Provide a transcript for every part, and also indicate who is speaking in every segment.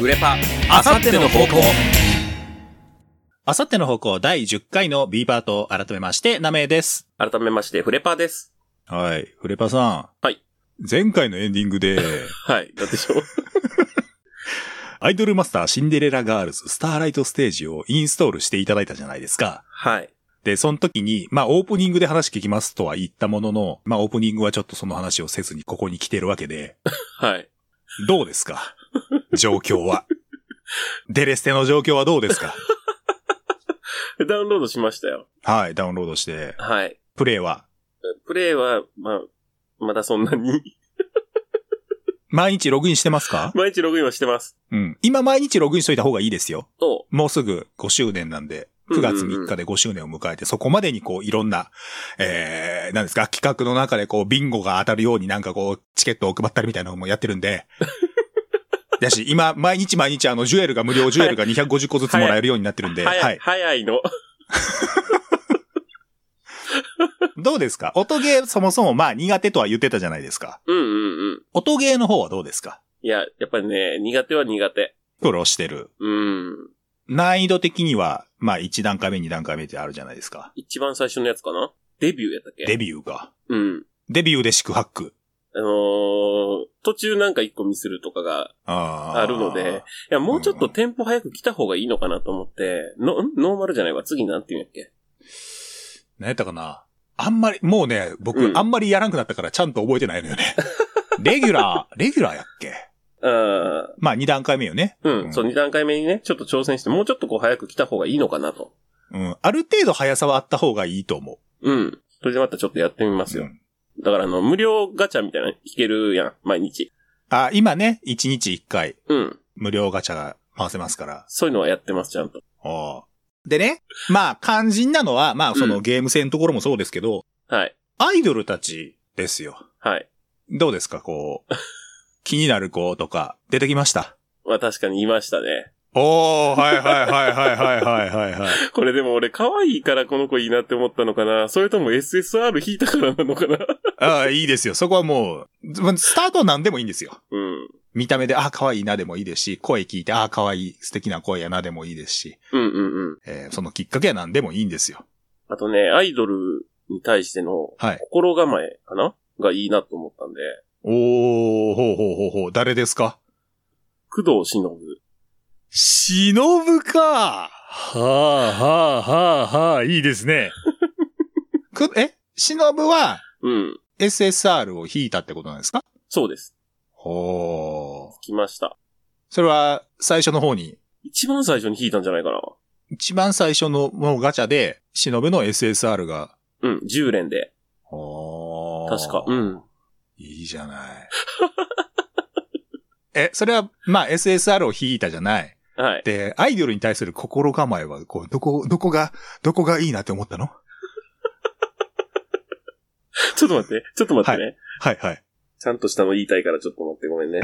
Speaker 1: ウレパ、
Speaker 2: あさっての方向。
Speaker 3: あさっての方向第10回の B パート、改めまして、ナメです。
Speaker 1: 改めまして、フレパです。
Speaker 3: はい。フレパさん。
Speaker 1: はい。
Speaker 3: 前回のエンディング で、
Speaker 1: はい。だってしょ。
Speaker 3: アイドルマスターシンデレラガールズスターライトステージをインストールしていただいたじゃないですか。
Speaker 1: はい。
Speaker 3: で、その時に、まあオープニングで話聞きますとは言ったものの、まあオープニングはちょっとその話をせずにここに来てるわけ で、
Speaker 1: はい。
Speaker 3: どうですか状況 は。デレステの状況はどうですか
Speaker 1: ダウンロードしましたよ。
Speaker 3: はい、ダウンロードして、
Speaker 1: はい。
Speaker 3: プレイは、
Speaker 1: プレイは、まあ、まだそんなに。
Speaker 3: 毎日ログインしてますか
Speaker 1: 毎日ログインはしてます。
Speaker 3: うん。今毎日ログインしといた方がいいですよ。
Speaker 1: と、
Speaker 3: もうすぐ5周年なんで、
Speaker 1: うんう
Speaker 3: 9
Speaker 1: んうん
Speaker 3: 月3日で5周年を迎えて、そこまでにこういろんな、えー、なんですか、企画の中でこうビンゴが当たるようになんかこうチケットを配ったりみたいなのもやってるん で。だし、今、毎日毎日あの、ジュエルが無料、ジュエルが250個ずつもらえるようになってるんで、
Speaker 1: 早い、
Speaker 3: はい。
Speaker 1: 早いの。
Speaker 3: どうですか音ゲーそもそもまあ苦手とは言ってたじゃないですか。
Speaker 1: うんうんうん。
Speaker 3: 音ゲーの方はどうですか
Speaker 1: いや、やっぱりね、苦手は苦手。
Speaker 3: 苦労してる。
Speaker 1: うん。
Speaker 3: 難易度的には、まあ1段階目、2段階目ってあるじゃないですか。
Speaker 1: 一番最初のやつかなデビューやったっけ
Speaker 3: デビューが。
Speaker 1: うん。
Speaker 3: デビューで宿泊。
Speaker 1: あのー、途中なんか一個ミスるとかが、
Speaker 3: あー
Speaker 1: あるので。いや、もうちょっとテンポ早く来た方がいいのかなと思って、の、んノーマルじゃないわ。次なんて言うんやっけ
Speaker 3: 何やったかなあんまり、もうね、僕、
Speaker 1: うん
Speaker 3: あんまりやらんくなったからちゃんと覚えてないのよ ね。レギュラー、レギュラーやっけ
Speaker 1: あ
Speaker 3: まあ2段階目よね。
Speaker 1: ー
Speaker 3: う
Speaker 1: うんん、そう、二段階目にね、ちょっと挑戦して、もうちょっとこう早く来た方がいいのかなと。
Speaker 3: うん。ある程度速さはあった方がいいと思
Speaker 1: うん。それでまたちょっとやってみます
Speaker 3: う。う
Speaker 1: よ。
Speaker 3: ん
Speaker 1: だからあの、無料ガチャみたいなの弾けるやん、毎日。
Speaker 3: あ、今ね、1日1回、
Speaker 1: うん。
Speaker 3: 無料ガチャが回せますから。
Speaker 1: そういうのはやってます、ちゃんと。
Speaker 3: ああでね、まあ肝心なのは、まあその
Speaker 1: うん
Speaker 3: ゲーム性のところもそうですけど、
Speaker 1: はい。
Speaker 3: アイドルたちですよ。
Speaker 1: はい。
Speaker 3: どうですか、こう。 気になる子とか、出てきました。
Speaker 1: まあ確かにいましたね。
Speaker 3: おー、はいはいはいはいはいはいはい。
Speaker 1: これでも俺可愛いからこの子いいなって思ったのかなそれとも SSR 弾いたからなのかな
Speaker 3: ああ、いいですよ。そこはもう、まスタートは何でもいいんですよ。
Speaker 1: うん。
Speaker 3: 見た目で、ああ、可愛いなでもいいですし、声聞いて、ああ、可愛い、素敵な声やなでもいいですし、
Speaker 1: うんうんうん。
Speaker 3: えーそのきっかけは何でもいいんですよ。
Speaker 1: あとね、アイドルに対しての
Speaker 3: はい。
Speaker 1: 心構えかながいいなと思ったんで、
Speaker 3: おー、ほうほうほうほう、誰ですか
Speaker 1: 工藤忍。
Speaker 3: 忍ぶかはあ、はあ、はあ、はあ、いいですね。 く、え忍ぶは、
Speaker 1: うん。
Speaker 3: SSR を引いたってことなんですか
Speaker 1: そうです。
Speaker 3: ほー。
Speaker 1: 来ました。
Speaker 3: それは、最初の方に、
Speaker 1: 一番最初に弾いたんじゃないかな。
Speaker 3: 一番最初のもうガチャで、忍ぶの SSR が、
Speaker 1: うん、10連で。
Speaker 3: ほー
Speaker 1: 確か。うん。
Speaker 3: いいじゃない。 え、それは、まあ、SSR を引いたじゃない。
Speaker 1: はい。
Speaker 3: で、アイドルに対する心構えは、こう、どこ、どこが、どこがいいなって思ったの
Speaker 1: ちょっと待って、ちょっと待ってね。
Speaker 3: はいはい。
Speaker 1: ちゃんとしたの言いたいからちょっと待ってごめんね。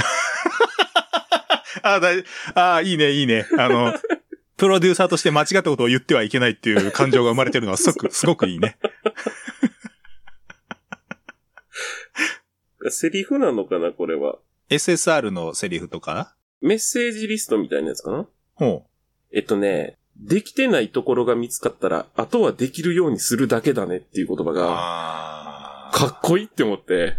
Speaker 3: ああ、だい、ああ、いいね、いいね。あ の、プロデューサーとして間違ったことを言ってはいけないっていう感情が生まれてるのはすご く、すごくいいね。
Speaker 1: セリフなのかな、これは。
Speaker 3: SSR のセリフとか
Speaker 1: メッセージリストみたいなやつかな
Speaker 3: ほ
Speaker 1: えっとね、できてないところが見つかったら、あとはできるようにするだけだねっていう言葉
Speaker 3: う。
Speaker 1: が、
Speaker 3: あ
Speaker 1: かっこいいって 思って。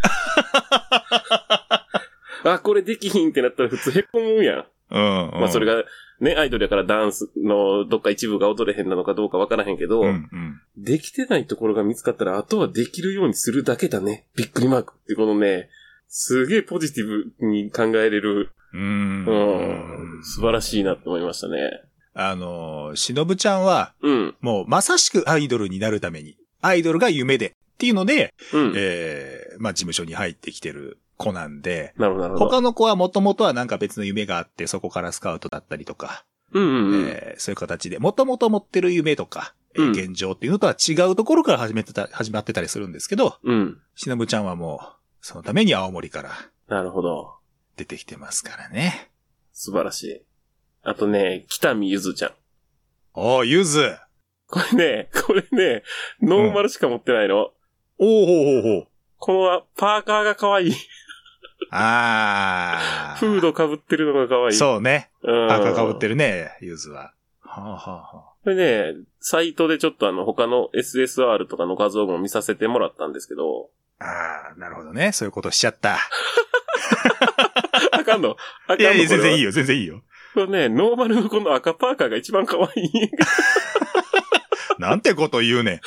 Speaker 1: あ、これできひんってなったら普通へこむやん。
Speaker 3: うん、うん。
Speaker 1: まあそれ、が、ね、アイドルやからダンスのどっか一部が踊れへんなのかどうかわからへんけど、
Speaker 3: うん、うん。
Speaker 1: できてないところが見つかったら、あとはできるようにするだけだね。びっくりマークってこのね、すげえポジティブに考えれる、
Speaker 3: う。
Speaker 1: うんん、素晴らしいなと思いましたね。
Speaker 3: あの、しのぶちゃんは、
Speaker 1: うん、
Speaker 3: もうまさしくアイドルになるために、アイドルが夢でっていうので、
Speaker 1: うん。
Speaker 3: えー、まあ事務所に入ってきてる子なんで、
Speaker 1: なるほど、なるほど。
Speaker 3: 他の子はもともとはなんか別の夢があって、そこからスカウトだったりとか、
Speaker 1: うんうんうん。
Speaker 3: えーそういう形で、もともと持ってる夢とか、えー
Speaker 1: うん
Speaker 3: 現状っていうのとは違うところから始めてた、始まってたりするんですけど、
Speaker 1: うん。
Speaker 3: しのぶちゃんはもう、そのために青森から
Speaker 1: なるほど。
Speaker 3: 出てきてますからね。
Speaker 1: 素晴らしい。あとね、北見ゆずちゃん。
Speaker 3: おー、ゆず
Speaker 1: これね、これね、ノーマルしか持ってないの。
Speaker 3: おーほうほうほう。
Speaker 1: このパーカーが可愛い。
Speaker 3: ああ。
Speaker 1: フード被ってるのが可愛い。う。
Speaker 3: そうね。
Speaker 1: うん、
Speaker 3: 赤被って
Speaker 1: る。
Speaker 3: るね、ユーズは。はあ、はあは
Speaker 1: これね、サイトでちょっとあの、他の SSR とかの画像も見させてもらったんです けど、
Speaker 3: あ、ああ、なるほどね。そういうことしちゃった。
Speaker 1: あかんのあかんの
Speaker 3: いやいや、全然いい
Speaker 1: よ。
Speaker 3: よ、全然いいよ。
Speaker 1: これね、ノーマルのこの赤パーカーが一番可愛い。
Speaker 3: なんてこと言うねん。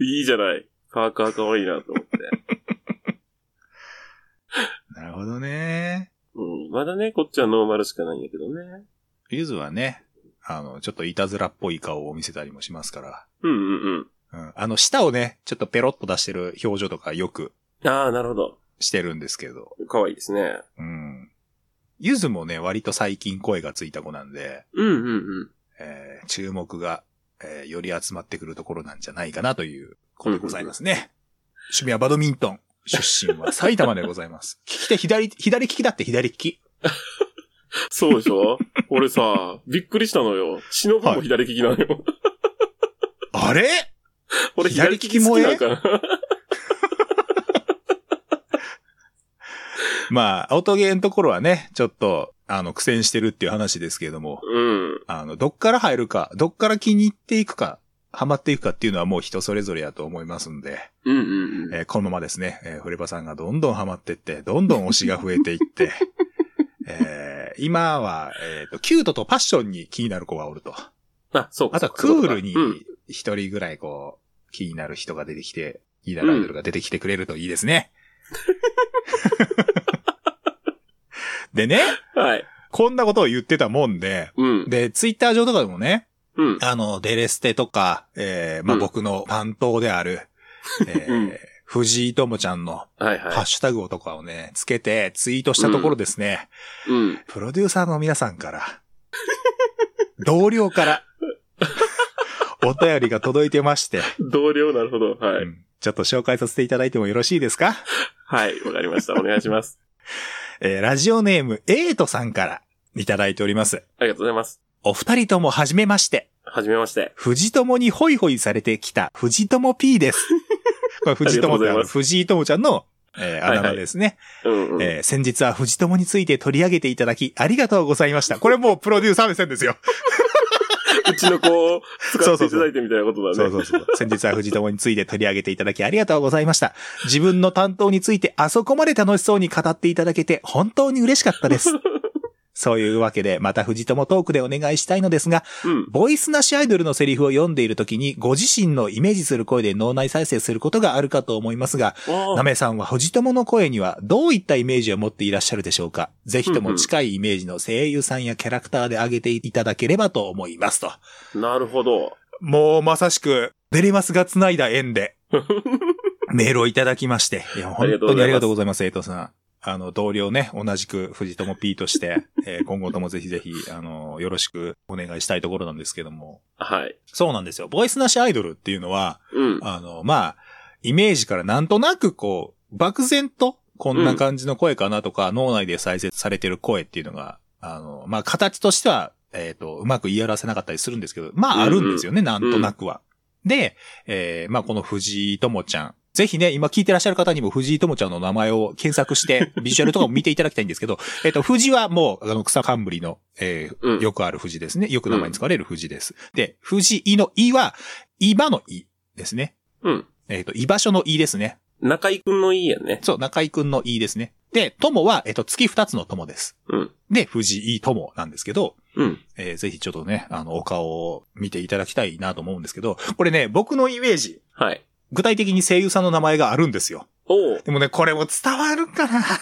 Speaker 1: いいじゃない。パーカー可愛いなと思って。
Speaker 3: なるほどね。
Speaker 1: うん。まだね、こっちはノーマルしかないんやけどね。
Speaker 3: ユーズはね、あの、ちょっといたずらっぽい顔を見せたりもしますから。
Speaker 1: うんうん
Speaker 3: うん。あの、舌をね、ちょっとペロッと出してる表情とかよく
Speaker 1: うん。ああ、なるほど。
Speaker 3: してるんですけど。
Speaker 1: 可愛いですね。
Speaker 3: うん。ユズもね、割と最近声がついた子なんで、
Speaker 1: うんうんうん。
Speaker 3: えー注目が、えーより集まってくるところなんじゃないかなということでございますね。趣味はバドミントン。出身は埼玉でございます。 利き手左、左利きだって左利き。
Speaker 1: そうでし ょ俺さ、びっくりしたのよ。忍ぶも左利きなのよ。
Speaker 3: あれ
Speaker 1: 俺左利き好きなんかな。
Speaker 3: まあ、音ゲーのところはね、ちょっと、あの、苦戦してるっていう話ですけれども、
Speaker 1: うん。
Speaker 3: あの、どっから入るか、どっから気に入っていくか、ハマっていくかっていうのはもう人それぞれやと思いますんで、
Speaker 1: うんうんうん。
Speaker 3: えーこのままですね、えーフレバさんがどんどんハマってって、どんどん推しが増えていって、 えー今は、えっ、と、キュートとパッションに気になる子がおると。
Speaker 1: あ、そうか。
Speaker 3: あとはク
Speaker 1: そうか
Speaker 3: ールに
Speaker 1: うん
Speaker 3: 一人ぐらいこう、気になる人が出てきて、気になるアイドルが出てきてくれるといいです ね。でね、
Speaker 1: はい。
Speaker 3: こんなことを言ってたもんで、
Speaker 1: うん。
Speaker 3: で、ツイッター上とかでもね、
Speaker 1: うん。
Speaker 3: あの、デレステとか、えー、まあ、
Speaker 1: うん
Speaker 3: 僕の担当である、えー
Speaker 1: うん
Speaker 3: 藤井友ちゃんの
Speaker 1: はい
Speaker 3: ハ
Speaker 1: は
Speaker 3: ッシュタグをとかをね、つけてツイートしたところですね、
Speaker 1: い。うん。
Speaker 3: プロデューサーの皆さんから、 同僚から、 お便りが届いてまして、
Speaker 1: 同僚、なるほど。は
Speaker 3: う
Speaker 1: い。
Speaker 3: んちょっと紹介させていただいてもよろしいですか
Speaker 1: はい。わかりました。お願いします。
Speaker 3: えーラジオネームエイトさんからいただいております。
Speaker 1: ありがとうございます。
Speaker 3: お二人ともはじめまして。
Speaker 1: はじめまして。
Speaker 3: 藤友にホイホイされてきた藤友 P です。これ藤友ってあ
Speaker 1: ありがとうござい
Speaker 3: の
Speaker 1: ます
Speaker 3: 藤井友ちゃんの、えー、あ
Speaker 1: はいはい
Speaker 3: だ名ですね、
Speaker 1: うんうん。
Speaker 3: えー先日は藤友について取り上げていただきありがとうございました。これもうプロデューサー目線ですよ。
Speaker 1: うちの子を使
Speaker 3: そう
Speaker 1: っ
Speaker 3: そ
Speaker 1: て
Speaker 3: う
Speaker 1: い
Speaker 3: そ
Speaker 1: た
Speaker 3: う
Speaker 1: だいてみたいなことだね。
Speaker 3: そうそうそう。先日は藤友について取り上げていただきありがとうございました。自分の担当についてあそこまで楽しそうに語っていただけて本当に嬉しかった です。そういうわけで、また藤友トークでお願いしたいのですが、
Speaker 1: うん。
Speaker 3: ボイスなしアイドルのセリフを読んでいるときに、ご自身のイメージする声で脳内再生することがあるかと思いますが、
Speaker 1: あ
Speaker 3: な
Speaker 1: あ。
Speaker 3: めさんは藤友の声にはどういったイメージを持っていらっしゃるでしょうかぜひとも近いイメージの声優さんやキャラクターで挙げていただければと思いますと。
Speaker 1: なるほど。
Speaker 3: もうまさしく、デレマスが繋いだ縁 で、メールをいただきまして、いや、
Speaker 1: あ
Speaker 3: 本
Speaker 1: りがとう
Speaker 3: 当
Speaker 1: ございます
Speaker 3: にありがとうございます、江藤さん。あの、同僚ね、同じく藤友 P と して、えー今後ともぜひぜひ、あの、よろしくお願いしたいところなんですけども。
Speaker 1: はい。
Speaker 3: そうなんですよ。ボイスなしアイドルっていうのは、
Speaker 1: うん。
Speaker 3: あの、まあ、イメージからなんとなくこう、漠然と、こんな感じの声かなとか、脳内で再生されてる声っていうのが、あの、まあ、形としては、えっ、と、うまく言い表せなかったりするんですけど、まあ、あるんですよね、なんとなくは。で、えーまあ、この藤井友ちゃん。ぜひね、今聞いてらっしゃる方にも藤井友ちゃんの名前を検索 して、ビジュアルとかも見ていただきたいんですけど、えっと、藤はもう、あの、草冠の、えー
Speaker 1: うん
Speaker 3: よくある藤ですね。よく名前に使われる藤です。で、藤井の井は、今の井ですね。
Speaker 1: うん。
Speaker 3: えっ、と、居場所の居ですね。
Speaker 1: 中井くんのいいやね。
Speaker 3: そう、中井くんの居ですね。で、友は、えっ、と、月二つの友です。
Speaker 1: うん。
Speaker 3: で、藤井友なんですけど、
Speaker 1: うん。
Speaker 3: えーぜひちょっとね、あの、お顔を見ていただきたいなと思うんですけど、これね、僕のイメージ、
Speaker 1: はい。
Speaker 3: 具体的に声優さんの名前があるんですよ。
Speaker 1: おう。
Speaker 3: でもね、これも伝わるかな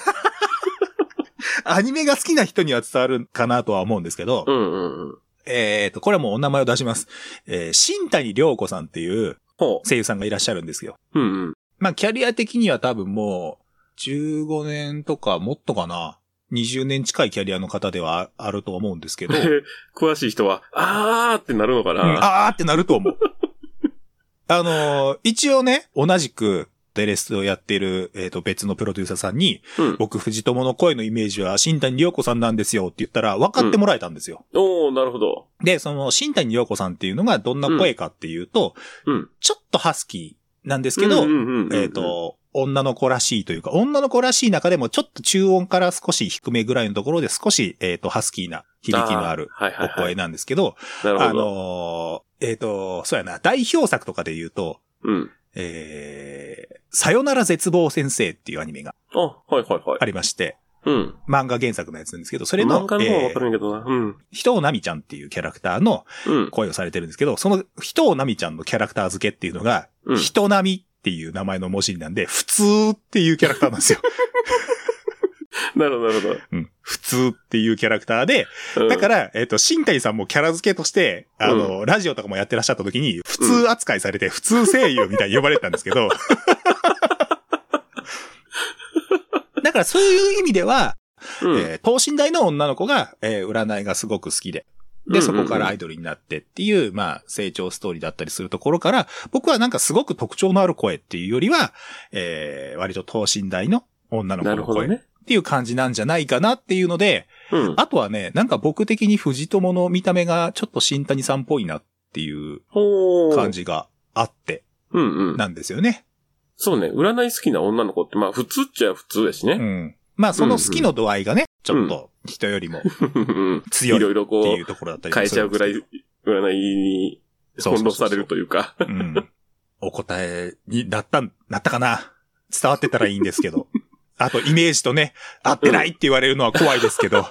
Speaker 3: アニメが好きな人には伝わるかなとは思うんですけど、
Speaker 1: うんうんうん。
Speaker 3: えっ、と、これはもうお名前を出します。えー新谷涼子さんっていう
Speaker 1: ほ
Speaker 3: 声優さんがいらっしゃるんですよ。
Speaker 1: う。うんうん。
Speaker 3: まあ、キャリア的には多分もう、15年とかもっとかな、20年近いキャリアの方では ああると思うんですけど、うん
Speaker 1: で詳しい人は、あーってなるのかな。
Speaker 3: あーってなると思う。 あのー一応ね、同じく、デレスをやっている、えっ、と、別のプロデューサーさんに、
Speaker 1: うん。
Speaker 3: 僕、藤友の声のイメージは、新谷涼子さんなんですよって言ったら、分かってもらえたんですよ。
Speaker 1: おー、なるほど。
Speaker 3: で、その、新谷涼子さんっていうのが、どんな声かっていうと、
Speaker 1: うん。
Speaker 3: ちょっとハスキーなんですけど、
Speaker 1: うんうんうんうん
Speaker 3: えっ、、と、女の子らしいというか、女の子らしい中でもちょっと中音から少し低めぐらいのところで少し、えっ、と、ハスキーな響きのある
Speaker 1: ーはいは
Speaker 3: お
Speaker 1: いはい。
Speaker 3: 声なんですけど、
Speaker 1: なる
Speaker 3: あ
Speaker 1: ほど。
Speaker 3: のーえっ、と、そうやな、代表作とかで言うと、
Speaker 1: うん。
Speaker 3: えー、さよなら絶望先生っていうアニメが
Speaker 1: あ、はいはいはい
Speaker 3: あ。りまして、
Speaker 1: うん。
Speaker 3: 漫画原作のやつなんですけど、それ
Speaker 1: 漫
Speaker 3: の、
Speaker 1: 画の方はわ
Speaker 3: え
Speaker 1: かるんやけどな。うん。
Speaker 3: 人をなみちゃんっていうキャラクターの
Speaker 1: うん。
Speaker 3: 声をされてるんですけど、その人をなみちゃんのキャラクター付けっていうのが、
Speaker 1: うん。
Speaker 3: 人なみっていう名前の文字なんで、普通っていうキャラクターなんですよ。
Speaker 1: なるほど、なる
Speaker 3: うん、普通っていうキャラクターで、
Speaker 1: ほど。、
Speaker 3: だからら、えっ、と、新谷さんもキャラ付けとして、あの、ラジオとかもやってらっしゃった時に、普通扱いされて、普通声優みたいに呼ばれてたんですけ ど。だからそういう意味では、
Speaker 1: うん
Speaker 3: えー等身大の女の子が、えー占いがすごく好きで、で、そこからアイドルになってっていう、まあ、成長ストーリーだったりするところから、僕はなんかすごく特徴のある声っていうよりは、えー割と等身大の女の子
Speaker 1: なる
Speaker 3: の
Speaker 1: ほど
Speaker 3: 声っ
Speaker 1: ね。
Speaker 3: ていう感じなんじゃないかなっていうので、
Speaker 1: うん。
Speaker 3: あとはね、なんか僕的に藤友の見た目がちょっと新谷さんっぽいなっていう
Speaker 1: ほー
Speaker 3: 感。じがあって、
Speaker 1: うんうん。
Speaker 3: なんですよね。
Speaker 1: そうね。占い好きな女の子って、まあ、普通っちゃ普通やし
Speaker 3: う
Speaker 1: ね。
Speaker 3: ん。まあその好きの度合いがね、ち
Speaker 1: うんう
Speaker 3: ょ
Speaker 1: ん
Speaker 3: っと人よりも
Speaker 1: うん。 い
Speaker 3: 強い
Speaker 1: ろ
Speaker 3: っ
Speaker 1: いろ
Speaker 3: て
Speaker 1: こ
Speaker 3: いうところだった
Speaker 1: う、
Speaker 3: り
Speaker 1: 変え
Speaker 3: す
Speaker 1: ちゃ
Speaker 3: る
Speaker 1: うん
Speaker 3: で
Speaker 1: ぐ
Speaker 3: すけ
Speaker 1: ら
Speaker 3: ど
Speaker 1: い、占いに翻弄されるというか。
Speaker 3: うん。お答えになったん、なったかな伝わってたらいいんですけ ど。あと、イメージとね、合ってないって言われるのは怖いですけ ど。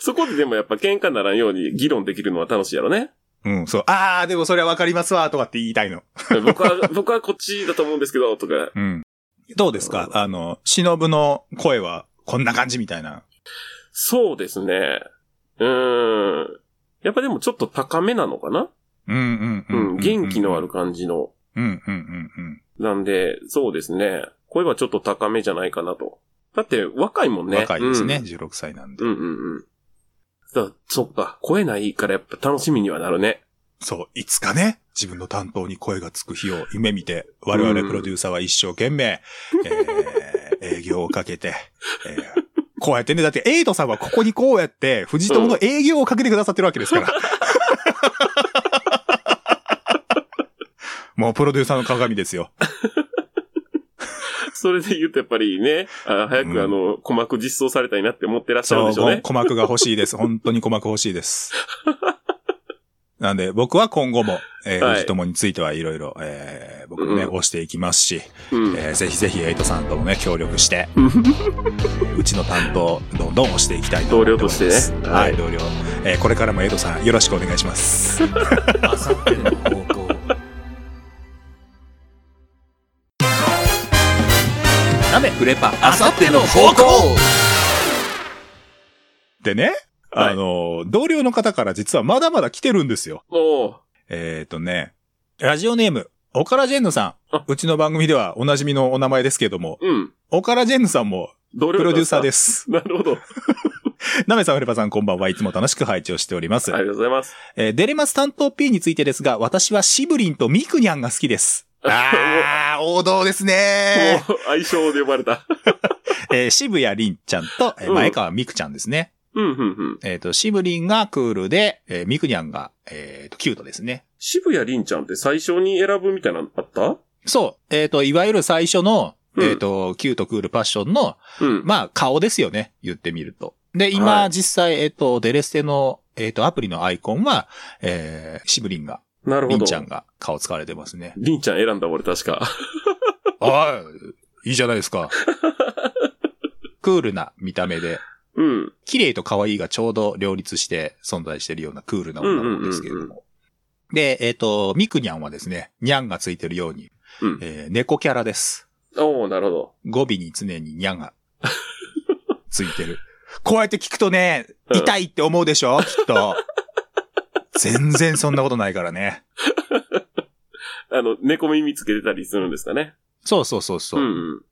Speaker 1: そこででもやっぱ喧嘩ならんように議論できるのは楽しいやろ ね。
Speaker 3: うん、そう。あー、でもそれはわかりますわ、とかって言いたいの。
Speaker 1: 僕は、僕はこっちだと思うんですけど、とか。
Speaker 3: うん。どうですかあの、忍の声はこんな感じみたいな。
Speaker 1: そうですね。うーん。やっぱでもちょっと高めなのかな
Speaker 3: うんうん
Speaker 1: う
Speaker 3: うんうん
Speaker 1: ん。元気のある。感じの。
Speaker 3: うんうんうんうん。
Speaker 1: なんで、そうですね。声はちょっと高めじゃないかなと。だって若いもんね。
Speaker 3: 若いですね、16歳なんで。
Speaker 1: うん。うんうんうん。だそっか。声ないからやっぱ楽しみにはなるね。
Speaker 3: そう、いつかね、自分の担当に声がつく日を夢見て、我々プロデューサーは一生懸命、えー 営業をかけて、えーこうやってね、だってエイトさんはここにこうやって、藤友の営業をかけてくださってるわけです から。もうプロデューサーの鏡ですよ。
Speaker 1: それで言うとやっぱりね、あ早
Speaker 3: うん
Speaker 1: くあの、鼓膜実装されたいなって思ってらっしゃるん
Speaker 3: そう、
Speaker 1: でしょうね。
Speaker 3: 鼓膜が欲しい です。本当に鼓膜欲しいです。なんで、僕は今後も、えー
Speaker 1: はい
Speaker 3: 藤友についてはいろいろ、えー僕もね、
Speaker 1: うん
Speaker 3: 押していきますし、
Speaker 1: うん。
Speaker 3: えーぜひぜひエイトさんともね、協力して、 うちの担当、どんどん押していきたいと思っております。
Speaker 1: 同僚としてね
Speaker 3: は、
Speaker 1: はいい
Speaker 3: 同僚。えーこれからもエイトさん、よろしくお願いします。
Speaker 2: あさっての方向鍋フレパあさっての方向
Speaker 3: でね、
Speaker 1: はい
Speaker 3: あのー、同僚の方から実はまだまだ来てるんですよ。
Speaker 1: もう、
Speaker 3: えっ、とね、ラジオネーム、オカラジェンヌさん
Speaker 1: あ。
Speaker 3: うちの番組ではおなじみのお名前ですけども、
Speaker 1: うん。
Speaker 3: オカラジェンヌさんも
Speaker 1: 同
Speaker 3: プ
Speaker 1: 僚
Speaker 3: ロデューサー
Speaker 1: で
Speaker 3: です。
Speaker 1: す。なるほど。あ
Speaker 3: なめさん、フレパさん、こんばんはいつも楽しく配置をしております
Speaker 1: り。がとうございます。
Speaker 3: えーデレマス担当 P についてですが、私はシブリンとミクニャンが好きです。あー、王道ですね
Speaker 1: もう、相性で呼ばれた。
Speaker 3: えー渋谷凛ちゃんと、えー
Speaker 1: うん
Speaker 3: 前川ミクちゃんですね。
Speaker 1: うん、うん、うん。
Speaker 3: えっ、と、シブリンがクールで、えーミクニャンが、えっ、と、キュートですね。
Speaker 1: 渋谷凛ちゃんって最初に選ぶみたいなのあった
Speaker 3: そう。えっ、と、いわゆる最初の、
Speaker 1: うん
Speaker 3: えっ、と、キュートクールパッションの、
Speaker 1: うん。
Speaker 3: まあ、顔ですよね。言ってみると。で、今、
Speaker 1: はい
Speaker 3: 実際、えっ、と、デレステの、えっ、と、アプリのアイコンは、えー、シブリンが、
Speaker 1: なるほ
Speaker 3: リ
Speaker 1: ど。
Speaker 3: ンちゃん。が顔使われてますね。
Speaker 1: 凛ちゃん選んだ俺確か。
Speaker 3: ああ、いいじゃないですか。 クールな見た目で、
Speaker 1: うん。
Speaker 3: 綺麗と可愛いがちょうど両立して存在しているようなクールな女の子ですけれども。
Speaker 1: うんうん
Speaker 3: で、えっ、と、ミクニャンはですね、ニャンがついてるように、
Speaker 1: うん
Speaker 3: えー猫キャラです。
Speaker 1: おおなるほど。
Speaker 3: 語尾に常にニャンがついてる。こうやって聞くとね、
Speaker 1: うん
Speaker 3: 痛いって思うでしょ、きっと。全然そんなことないからね。
Speaker 1: あの、猫耳つけてたりするんですかね。
Speaker 3: そうそうそうそう。
Speaker 1: うん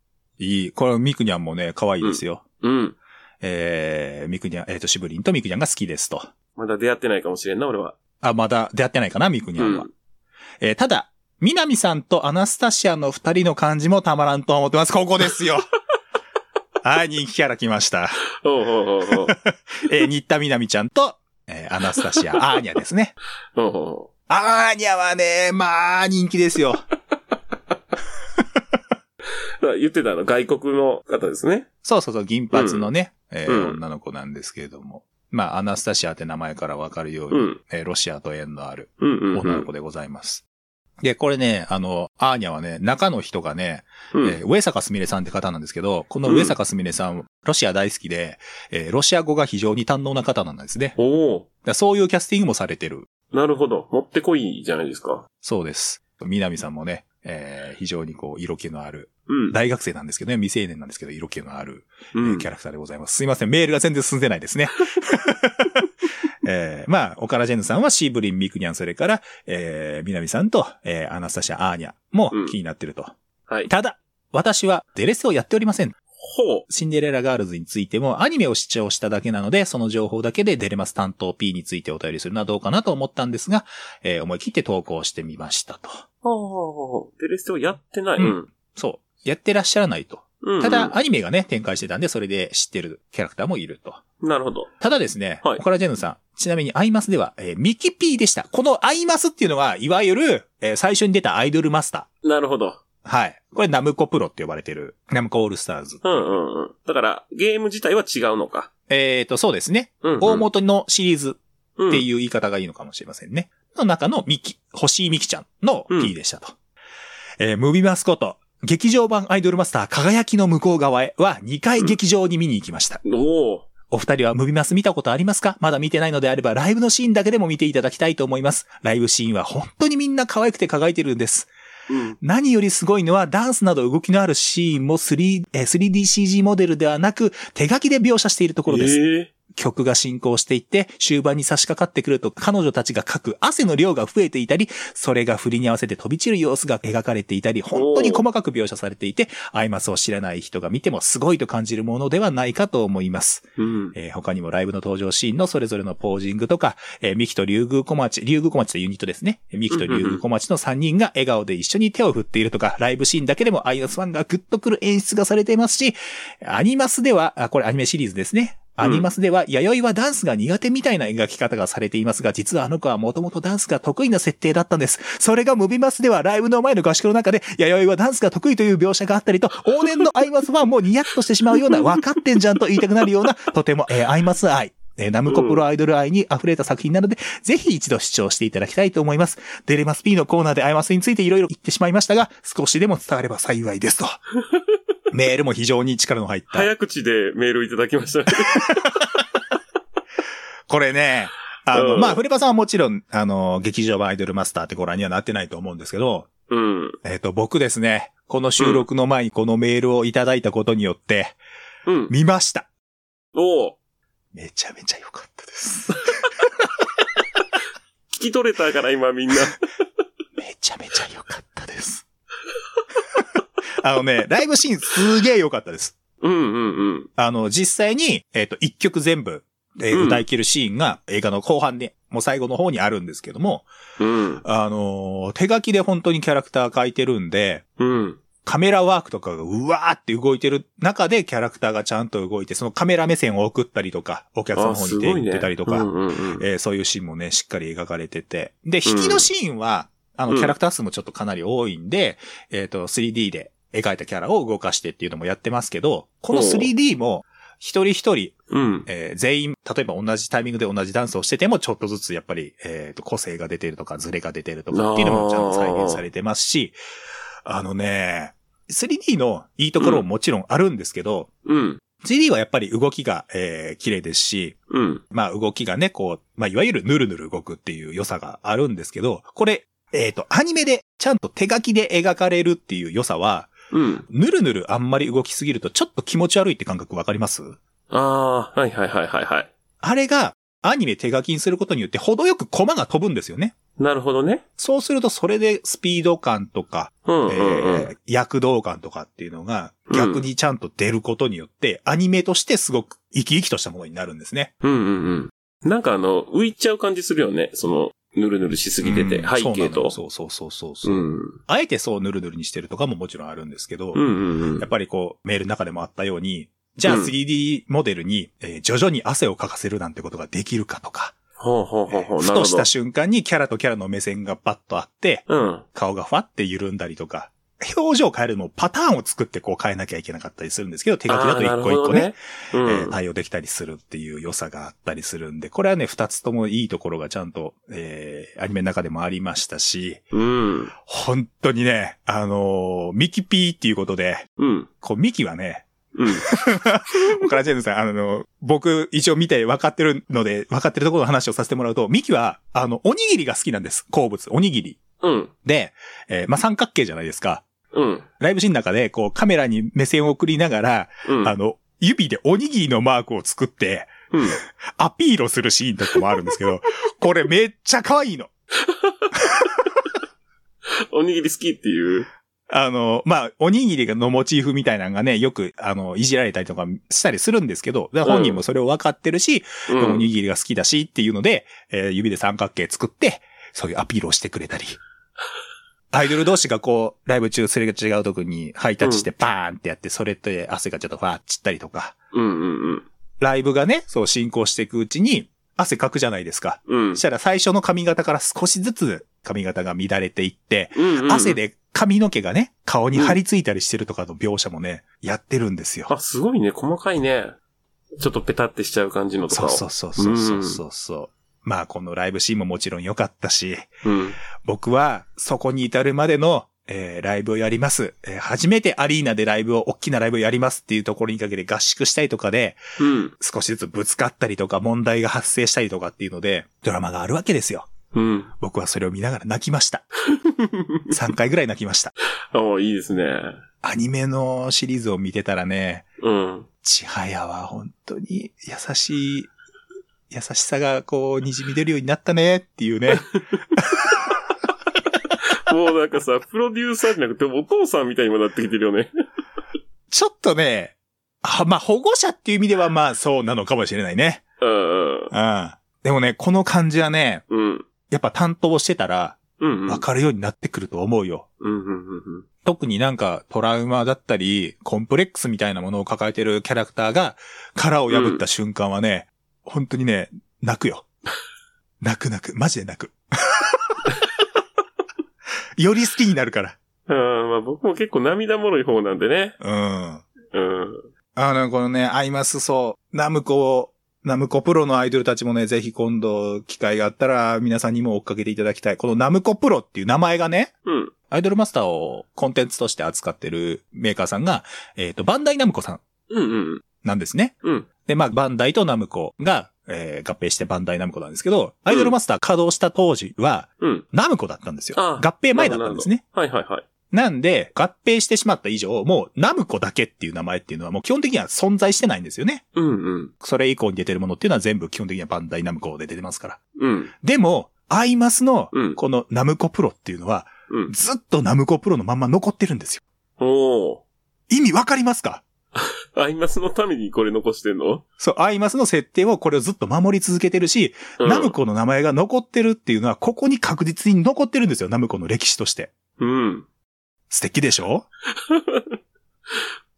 Speaker 3: いい。これミクニャンもね、可愛いですよ。
Speaker 1: うん。うん。
Speaker 3: えー、ミクニャン、えっ、と、シブリンとミクニャンが好きですと。
Speaker 1: まだ出会ってないかもしれんな、俺は。
Speaker 3: あ、まだ出会ってないかな、ミクニ
Speaker 1: う
Speaker 3: ャンは。
Speaker 1: ん。
Speaker 3: えーただ、ミナミさんとアナスタシアの二人の感じもたまらんと思ってます。ここですよ。はい、人気キャラ来ました。
Speaker 1: おうおうおう おう。
Speaker 3: えー、新田みなみちゃんと、えーアナスタシア、アーニャですね。
Speaker 1: おうおうおう
Speaker 3: アーニャはね、まあ、人気ですよ。
Speaker 1: ら言ってたあの、外国の方ですね。
Speaker 3: そうそうそう、銀髪のね、えー
Speaker 1: うん
Speaker 3: 女の子なんですけれども。まあ、アナスタシアって名前からわかるように、
Speaker 1: うん。
Speaker 3: えーロシアと縁のある
Speaker 1: うんうん、うん。
Speaker 3: 女の子でございます。で、これね、あの、アーニャはね、中の人がね、
Speaker 1: うん。
Speaker 3: えー上坂すみれさんって方なんですけど、この上坂すみれさん、ロシア大好きで、えーロシア語が非常に堪能な方なんですね。だか
Speaker 1: おお
Speaker 3: らそういうキャスティングもされてる。
Speaker 1: なるほど。持ってこいじゃないですか。
Speaker 3: そうです。南さんもね、えー非常にこう、色気のある、
Speaker 1: うん。
Speaker 3: 大学生なんですけどね、未成年なんですけど、色気のある、
Speaker 1: うん。
Speaker 3: キャラクターでございます。すいません、メールが全然進んでないです ね。えーまあ、オカラジェンヌさんはシーブリン・ミクニャン、それから、えー、南さんと、えー、アナスタシア・アーニャも
Speaker 1: うん
Speaker 3: 気になってると。
Speaker 1: はい。
Speaker 3: ただ、私はデレスをやっておりません。
Speaker 1: ほ
Speaker 3: シンデレラガールズについてもアニメを視聴しただけなので、その情報だけでデレマス担当 P についてお便りするのはどうかなと思ったんですが、えー思い切って投稿してみましたと。
Speaker 1: う。はあ。テレステをやってない。
Speaker 3: うん
Speaker 1: うん。
Speaker 3: そう。やってらっしゃらないと。
Speaker 1: うん、
Speaker 3: ただ、アニメがね、展開してたんで、それで知ってるキャラクターもいると。
Speaker 1: なるほど。
Speaker 3: ただですね、
Speaker 1: はい
Speaker 3: オカラジェンヌさん、ちなみにアイマスでは、えーミキピーでした。このアイマスっていうのは、いわゆる、えー最初に出たアイドルマスタ
Speaker 1: なるほど。
Speaker 3: ー。はい。これナムコプロって呼ばれてる、ナムコオールスターズ。
Speaker 1: うんうんうん。だから、ゲーム自体は違うのか。
Speaker 3: えーと、そうですね。
Speaker 1: うん、うん。
Speaker 3: 大元のシリーズ
Speaker 1: っ
Speaker 3: っていう言い方がいいのかもしれませんね。の中のミキ、星井ミキちゃんの P でしたと。えームービーマスコット、劇場版アイドルマスター輝きの向こう側へは2回劇場に見に行きました。
Speaker 1: うん。おお。
Speaker 3: お二人はムビマス見たことありますかまだ見てないのであれば、ライブのシーンだけでも見ていただきたいと思います。ライブシーンは本当にみんな可愛くて輝いてるんです。
Speaker 1: うん。
Speaker 3: 何よりすごいのは、ダンスなど動きのあるシーンも 3- えー 3DCG モデルではなく、手書きで描写しているところです。
Speaker 1: ええ
Speaker 3: 曲が進行していって、終盤に差し掛かってくると、彼女たちが書く汗の量が増えていたり、それが振りに合わせて飛び散る様子が描かれていたり、本当に細かく描写されていて、アイマスを知らない人が見てもすごいと感じるものではないかと思います。
Speaker 1: うん。
Speaker 3: えー他にもライブの登場シーンのそれぞれのポージングとか、えーミキと竜宮小町、竜宮小町というユニットですね。ミキと竜宮小町の3人が笑顔で一緒に手を振っているとか、ライブシーンだけでもアイナスファンがグッとくる演出がされていますし、アニマスでは、あこれアニメシリーズですね。アニマスでは、弥生はダンスが苦手みたいな描き方がされていますが、実はあの子はもともとダンスが得意な設定だったんです。それがムビマスではライブの前の合宿の中で、弥生はダンスが得意という描写があったりと、往年のアイマスファンもニヤッとしてしまうような、わかってんじゃんと言いたくなるような、とても、えーアイマス愛。えーナムコプロアイドル愛に溢れた作品なので、ぜひ一度視聴していただきたいと思います。デレマス P のコーナーでアイマスについていろいろ言ってしまいましたが、少しでも伝われば幸い ですと。メールも非常に力の入った。
Speaker 1: 早口でメールいただきましたね。
Speaker 3: これね、あの、
Speaker 1: うん
Speaker 3: まあ、フレパさんはもちろん、あの、劇場版アイドルマスターってご覧にはなってないと思うんですけど、
Speaker 1: うん。
Speaker 3: えっ、と、僕ですね、この収録の前にこのメールをいただいたことによって、
Speaker 1: うん。
Speaker 3: 見ました。
Speaker 1: おお。
Speaker 3: めちゃめちゃ良かったです。
Speaker 1: 聞き取れたから今みんな。
Speaker 3: めちゃめちゃ良かった です。あのね、ライブシーンすげえ良かったです。
Speaker 1: うんうんうん。
Speaker 3: あの、実際に、えっ、と、一曲全部、えー
Speaker 1: うん
Speaker 3: 歌い切るシーンが映画の後半で、もう最後の方にあるんですけども、
Speaker 1: うん。
Speaker 3: あのー手書きで本当にキャラクター書いてるんで、
Speaker 1: うん。
Speaker 3: カメラワークとかがうわーって動いてる中でキャラクターがちゃんと動いて、そのカメラ目線を送ったりとか、お客さんの
Speaker 1: あ、
Speaker 3: 方
Speaker 1: す
Speaker 3: に手
Speaker 1: ご
Speaker 3: を
Speaker 1: い
Speaker 3: 振っ
Speaker 1: ね。
Speaker 3: てたりと
Speaker 1: う
Speaker 3: か、
Speaker 1: んうんうん。
Speaker 3: えーそういうシーンもね、しっかり描かれてて。で、引きのシーンは、あ
Speaker 1: う
Speaker 3: の、
Speaker 1: ん
Speaker 3: キャラクター数もちょっとかなり多いんで、えっ、と、3D で描いたキャラを動かしてっていうのもやってますけど、この 3D も、一人一人、
Speaker 1: うん。
Speaker 3: えー全員、例えば同じタイミングで同じダンスをしてても、ちょっとずつやっぱり、えっ、と、個性が出てるとか、ズレが出てるとかっていうのもちゃんと再現されてますし、あのね、3D のいいところももちろんあるんですけど、
Speaker 1: うん。
Speaker 3: 3D はやっぱり動きが、えー綺麗ですし、
Speaker 1: うん。
Speaker 3: まあ動きがね、こう、まあいわゆるヌルヌル動くっていう良さがあるんですけど、これ、えっ、と、アニメでちゃんと手書きで描かれるっていう良さは、
Speaker 1: うん。
Speaker 3: ヌルヌルあんまり動きすぎるとちょっと気持ち悪いって感覚わかります
Speaker 1: ああ、はいはいはいはいはい。
Speaker 3: あれがアニメ手書きにすることによって程よくコマが飛ぶんですよね。
Speaker 1: なるほどね。
Speaker 3: そうするとそれでスピード感とか、
Speaker 1: うん
Speaker 3: え
Speaker 1: うんうん。
Speaker 3: ー躍動感とかっていうのが逆にちゃんと出ることによって、アニメとしてすごく生き生きとしたものになるんですね。
Speaker 1: うんうんうん。なんかあの、浮いちゃう感じするよね。その、ぬるぬるしすぎてて、
Speaker 3: うん
Speaker 1: 背景と。
Speaker 3: そうなのよそうそうそう
Speaker 1: う
Speaker 3: そう。
Speaker 1: ん。
Speaker 3: あえてそうヌルヌルにしてるとかももちろんあるんですけど、
Speaker 1: うんうんう
Speaker 3: や
Speaker 1: ん
Speaker 3: っ。ぱりこうメールの中でもあったように、じゃあ
Speaker 1: うん
Speaker 3: 3D モデルに、えー徐々に汗をかかせるなんてことができるかとか、
Speaker 1: ほうほうほうほう。
Speaker 3: ふ
Speaker 1: なる
Speaker 3: と
Speaker 1: ほ
Speaker 3: し
Speaker 1: ど
Speaker 3: た。瞬間にキャラとキャラの目線がパッとあって、
Speaker 1: うん。
Speaker 3: 顔がファって緩んだりとか、表情を変えるのもパターンを作ってこう変えなきゃいけなかったりするんですけど、手書きだと
Speaker 1: あー
Speaker 3: 一個一個ね、。
Speaker 1: なるほど
Speaker 3: え
Speaker 1: ね
Speaker 3: ー対応できたりするっていう良さがあったりするんで、これはね、二つともいいところがちゃんと、えーアニメの中でもありましたし、
Speaker 1: うん。うん。
Speaker 3: 本当にね、あのーミキピーっていうことで、
Speaker 1: うん。
Speaker 3: こう、ミキはね、
Speaker 1: うん。
Speaker 3: 岡田ジェンヌさん、あの、僕、一応見て分かってるので、分かってるところの話をさせてもらうと、ミキは、あの、おにぎりが好きなんです。好物、おにぎり。
Speaker 1: うん。
Speaker 3: で、えーまあ、三角形じゃないですか。
Speaker 1: うん。
Speaker 3: ライブシーンの中で、こう、カメラに目線を送りながら、
Speaker 1: うん。
Speaker 3: あの、指でおにぎりのマークを作って、
Speaker 1: うん。
Speaker 3: アピールをするシーンとかもあるんです けど、これめっちゃ可愛いの。
Speaker 1: おにぎり好きっていう。
Speaker 3: あの、まあ、おにぎりのモチーフみたいなのがね、よく、あの、いじられたりとかしたりするんですけど、だから本人もそれを分かってるし、
Speaker 1: う
Speaker 3: おに
Speaker 1: ん。
Speaker 3: ぎりが好きだしっていうので、えー指で三角形作って、そういうアピールをしてくれたり。アイドル同士がこう、ライブ中すれ違うとこにハイタッチしてパーンってやって、それって汗がちょっとファーッ散ったりとか、
Speaker 1: うんうん
Speaker 3: ライブがね、そう進行していくうちに、汗かくじゃないですか。
Speaker 1: うん。うん
Speaker 3: そし。たら最初の髪型から少しずつ髪型が乱れていって、
Speaker 1: うんうん
Speaker 3: 汗。で髪の毛がね、顔に張り付いたりしてるとかの描写もね、やってるんですよ。
Speaker 1: あ、すごいね。細かいね。ちょっとペタってしちゃう感じのとか
Speaker 3: そ
Speaker 1: を。
Speaker 3: うそうそうそうそうそうそう。まあこのライブシーンももちろん良かったし、
Speaker 1: うん。
Speaker 3: 僕はそこに至るまでの、えーライブをやります、えー初めてアリーナでライブを、大きなライブをやりますっていうところにかけて合宿したりとかで、
Speaker 1: うん。
Speaker 3: 少しずつぶつかったりとか問題が発生したりとかっていうので、ドラマがあるわけですよ。
Speaker 1: うん。
Speaker 3: 僕はそれを見ながら泣きました。3回ぐらい泣きました。
Speaker 1: ああ、いいですね。
Speaker 3: アニメのシリーズを見てたらね、
Speaker 1: うん。
Speaker 3: ちはやは本当に優しい、優しさがこう滲み出るようになったねっていうね。
Speaker 1: もうなんかさ、プロデューサーじゃなくてお父さんみたいにもなってきてるよね。
Speaker 3: ちょっとね、あまあ保護者っていう意味ではまあそうなのかもしれないね。
Speaker 1: うん
Speaker 3: うん。でもね、この感じはね、
Speaker 1: うん。うん。
Speaker 3: やっぱ担当してたら
Speaker 1: うんうん。
Speaker 3: 分かるようになってくると思うよ。
Speaker 1: うんうんうんうん。
Speaker 3: 特になんかトラウマだったり、コンプレックスみたいなものを抱えてるキャラクターが殻を破った瞬間はね、本当にね、泣くよ。 泣く泣く。マジで泣く。 より好きになるから。
Speaker 1: あーまあ僕も結構涙もろい方なんでね。
Speaker 3: うん。
Speaker 1: うん。
Speaker 3: あの、このね、アイマス、そう、ナムコ、ナムコプロのアイドルたちもね、ぜひ今度、機会があったら、皆さんにも追っかけていただきたい。このナムコプロっていう名前がね、
Speaker 1: うん。
Speaker 3: アイドルマスターをコンテンツとして扱ってるメーカーさんが、えっ、と、バンダイナムコさん
Speaker 1: うんうん。
Speaker 3: なんですね。
Speaker 1: うん。
Speaker 3: で、まあ、バンダイとナムコが、えー合併してバンダイナムコなんですけど、アイドルマスター稼働した当時は、
Speaker 1: うん。
Speaker 3: ナムコだったんですよ。
Speaker 1: あ
Speaker 3: 合併前だったんですね。
Speaker 1: はいはいはい。
Speaker 3: なんで、合併してしまった以上、もうナムコだけっていう名前っていうのはもう基本的には存在してないんですよね。
Speaker 1: うんうん。
Speaker 3: それ以降に出てるものっていうのは全部基本的にはバンダイナムコで出てますから。
Speaker 1: うん。
Speaker 3: でも、アイマスの
Speaker 1: うん、
Speaker 3: このナムコプロっていうのは、
Speaker 1: うん。
Speaker 3: ずっとナムコプロのまんま残ってるんですよ。
Speaker 1: おー。
Speaker 3: 意味わかりますか
Speaker 1: アイマスのためにこれ残してんの、
Speaker 3: そう、アイマスの設定をこれをずっと守り続けてるし、
Speaker 1: うん、
Speaker 3: ナムコの名前が残ってるっていうのは、ここに確実に残ってるんですよ、ナムコの歴史として。
Speaker 1: うん。
Speaker 3: 素敵でしょ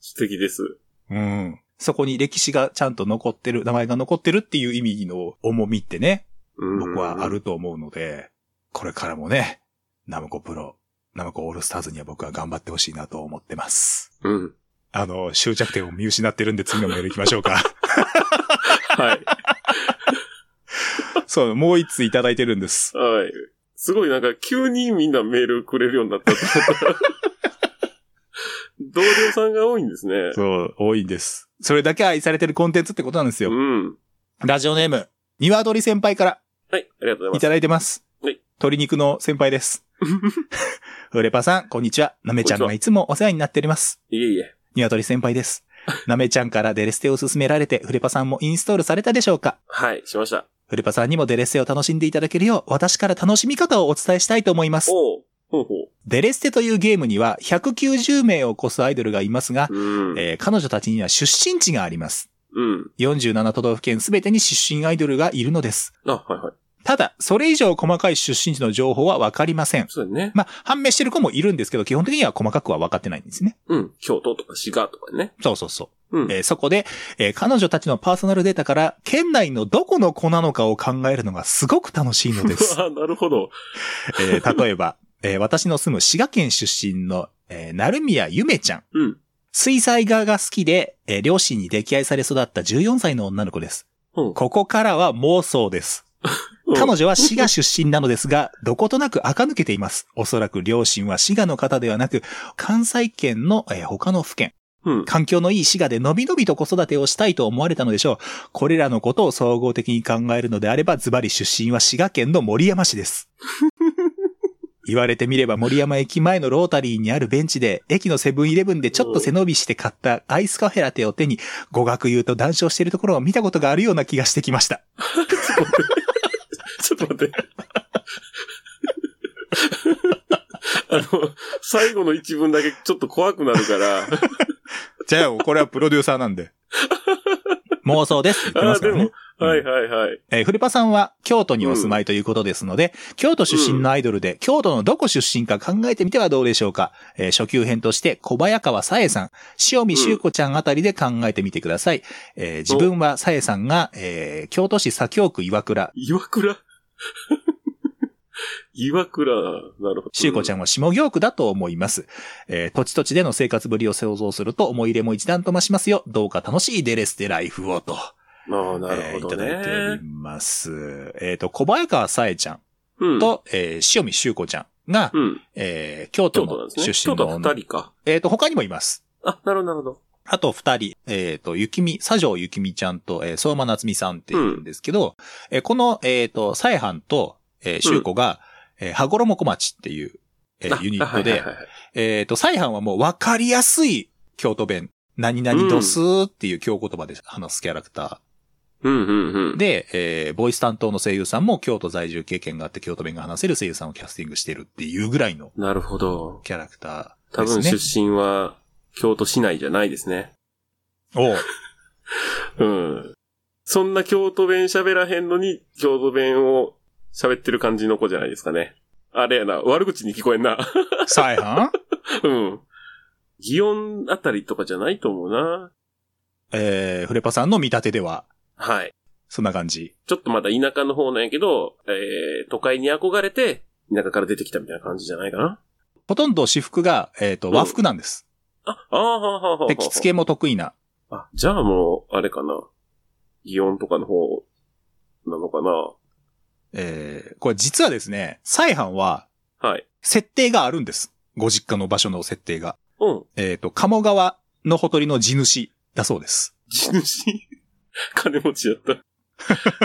Speaker 1: 素敵です。
Speaker 3: うん。そこに歴史がちゃんと残ってる、名前が残ってるっていう意味の重みってね、
Speaker 1: うん
Speaker 3: 僕はあ。ると思うので、これからもね、ナムコプロ、ナムコオールスターズには僕は頑張ってほしいなと思ってます。
Speaker 1: うん。
Speaker 3: あの、終着点を見失ってるんで次のメール行きましょう か。
Speaker 1: はい。
Speaker 3: そう、もう一ついただいてるんです。
Speaker 1: はい。すごいなんか急にみんなメールくれるようになった と思った。同僚さんが多いんですね。
Speaker 3: そう、多いんです。それだけ愛されてるコンテンツってことなんですよ。
Speaker 1: うん。
Speaker 3: ラジオネーム、ニワドリ先輩から
Speaker 1: はい、ありがとうご
Speaker 3: い
Speaker 1: ざい
Speaker 3: ただいてます。
Speaker 1: はい
Speaker 3: 鶏肉の先輩 です。フレパさん、こんにちは。なめちゃんがいつもお世話になっております。
Speaker 1: ます。いえいえ。
Speaker 3: ニワトリ先輩です。なめちゃんからデレステを勧められて、フレパさんもインストールされたでしょうか
Speaker 1: はい、しました。
Speaker 3: フルパさんにもデレッセを楽しんでいただけるよう、私から楽しみ方をお伝えしたいと思います。
Speaker 1: おう。ほうほ
Speaker 3: デレッセというゲームには190名を超すアイドルがいますが
Speaker 1: う。、うん。
Speaker 3: えー彼女たちには出身地があります。
Speaker 1: うん。
Speaker 3: 47都道府県すべてに出身アイドルがいるのです。
Speaker 1: あ、はいはい。
Speaker 3: ただ、それ以上細かい出身地の情報はわかりません。
Speaker 1: そうだよね。
Speaker 3: まあ、判明してる子もいるんですけど、基本的には細かくは分かってないんですね。
Speaker 1: うん。京都とか滋賀とかね。
Speaker 3: そうそうそう。
Speaker 1: うん。
Speaker 3: えーそこで、えー彼女たちのパーソナルデータから、県内のどこの子なのかを考えるのがすごく楽しい のです。
Speaker 1: あなるほど。
Speaker 3: えー例えば、えー私の住む滋賀県出身のえー、成宮ゆめちゃん。
Speaker 1: うん。
Speaker 3: 水彩画が好きで、えー両親に溺愛され育った14歳の女の子です。
Speaker 1: うん
Speaker 3: ここからは妄想です。彼女は滋賀出身なのですが、どことなく垢抜けています。おそらく両親は滋賀の方ではなく、関西圏の、えー他の府県。
Speaker 1: うん。
Speaker 3: 環境のいい滋賀でのびのびと子育てをしたいと思われたのでしょう。これらのことを総合的に考えるのであれば、ズバリ出身は滋賀県の森山市 です。言われてみれば森山駅前のロータリーにあるベンチで、駅のセブンイレブンでちょっと背伸びして買ったアイスカフェラテを手に、語学言うと談笑しているところを見たことがあるような気がしてきました。
Speaker 1: ちょっと待って。あの、最後の一文だけちょっと怖くなるから。
Speaker 3: じゃあ、これはプロデューサーなんで。 妄想ですって言って
Speaker 1: あ
Speaker 3: ま
Speaker 1: あ、
Speaker 3: すか
Speaker 1: で
Speaker 3: らね
Speaker 1: も。、はいはいはい。
Speaker 3: えーフレパさんは京都にお住まいということですので、京都出身のアイドルで、京都のどこ出身か考えてみてはどうでしょうか。えー初級編として、小早川さえさん、塩見修子ちゃんあたりで考えてみてください。えー自分はさえさんが、えー京都市左京区岩倉、
Speaker 1: 岩倉岩倉、なるほど。
Speaker 3: しゅうこちゃんは下行区だと思います。えー土地土地での生活ぶりを想像すると思い入れも一段と増しますよ。どうか楽しいデレステライフをと、
Speaker 1: ん。ああ、な
Speaker 3: え
Speaker 1: る
Speaker 3: ーい
Speaker 1: ほ
Speaker 3: た
Speaker 1: ど
Speaker 3: だいており
Speaker 1: ね。
Speaker 3: ます。えっ、と、小早川さえちゃん
Speaker 1: うん。
Speaker 3: と、えー塩見修子ちゃんが、
Speaker 1: うん。
Speaker 3: えー京都
Speaker 1: 京都なん
Speaker 3: の
Speaker 1: です
Speaker 3: 出
Speaker 1: ね。京
Speaker 3: 身
Speaker 1: 都
Speaker 3: の
Speaker 1: は
Speaker 3: 女、
Speaker 1: 二人か。
Speaker 3: えっ、と、他にもいます。
Speaker 1: あ、なるほどなるほど。
Speaker 3: あと二人、えっ、と、ゆきみ、佐城ゆきみちゃんと、えー相馬夏美さんっていうんですけど、えーこの、えっ、と、サエハンと、えー、シュウコが、えー羽衣小町っていう、えー
Speaker 1: あ
Speaker 3: ユニット
Speaker 1: はい
Speaker 3: で
Speaker 1: はい、はいはい
Speaker 3: えっ、と、サイハンはもう分かりやすい京都弁。何々ドスーっていう京言葉で話すキャラクタ
Speaker 1: うんうんう
Speaker 3: ー。
Speaker 1: ん。
Speaker 3: で、えーボイス担当の声優さんも京都在住経験があって京都弁が話せる声優さんをキャスティングしてるっていうぐらいの
Speaker 1: なるほど。
Speaker 3: キャラクター
Speaker 1: 多
Speaker 3: です
Speaker 1: 分出
Speaker 3: ね。
Speaker 1: 身は京都市内じゃないですね。
Speaker 3: おう
Speaker 1: うん。そんな京都弁喋らへんのに、京都弁を喋ってる感じの子じゃないですかね。あれやな、悪口に聞こえんな。
Speaker 3: サイハン
Speaker 1: うん。祇園あたりとかじゃないと思うな。
Speaker 3: えー、フレパさんの見立てでは、
Speaker 1: はい。
Speaker 3: そんな感じ。
Speaker 1: ちょっとまだ田舎の方なんやけど、えー、都会に憧れて、田舎から出てきたみたいな感じじゃないかな。
Speaker 3: ほとんど私服が、えっ、と、
Speaker 1: うん
Speaker 3: 和服なんです。
Speaker 1: あ、あーはーはーはーはー
Speaker 3: で、着付けも得意な。
Speaker 1: あ、じゃあもう、あれかな。祇園とかの方、なのかな。
Speaker 3: えー、これ実はですね、サイハンは、
Speaker 1: はい。
Speaker 3: 設定があるんです。ご実家の場所の設定が。
Speaker 1: うん。
Speaker 3: えっ、と、鴨川のほとりの地主だそうです。
Speaker 1: 地主金持ちやった。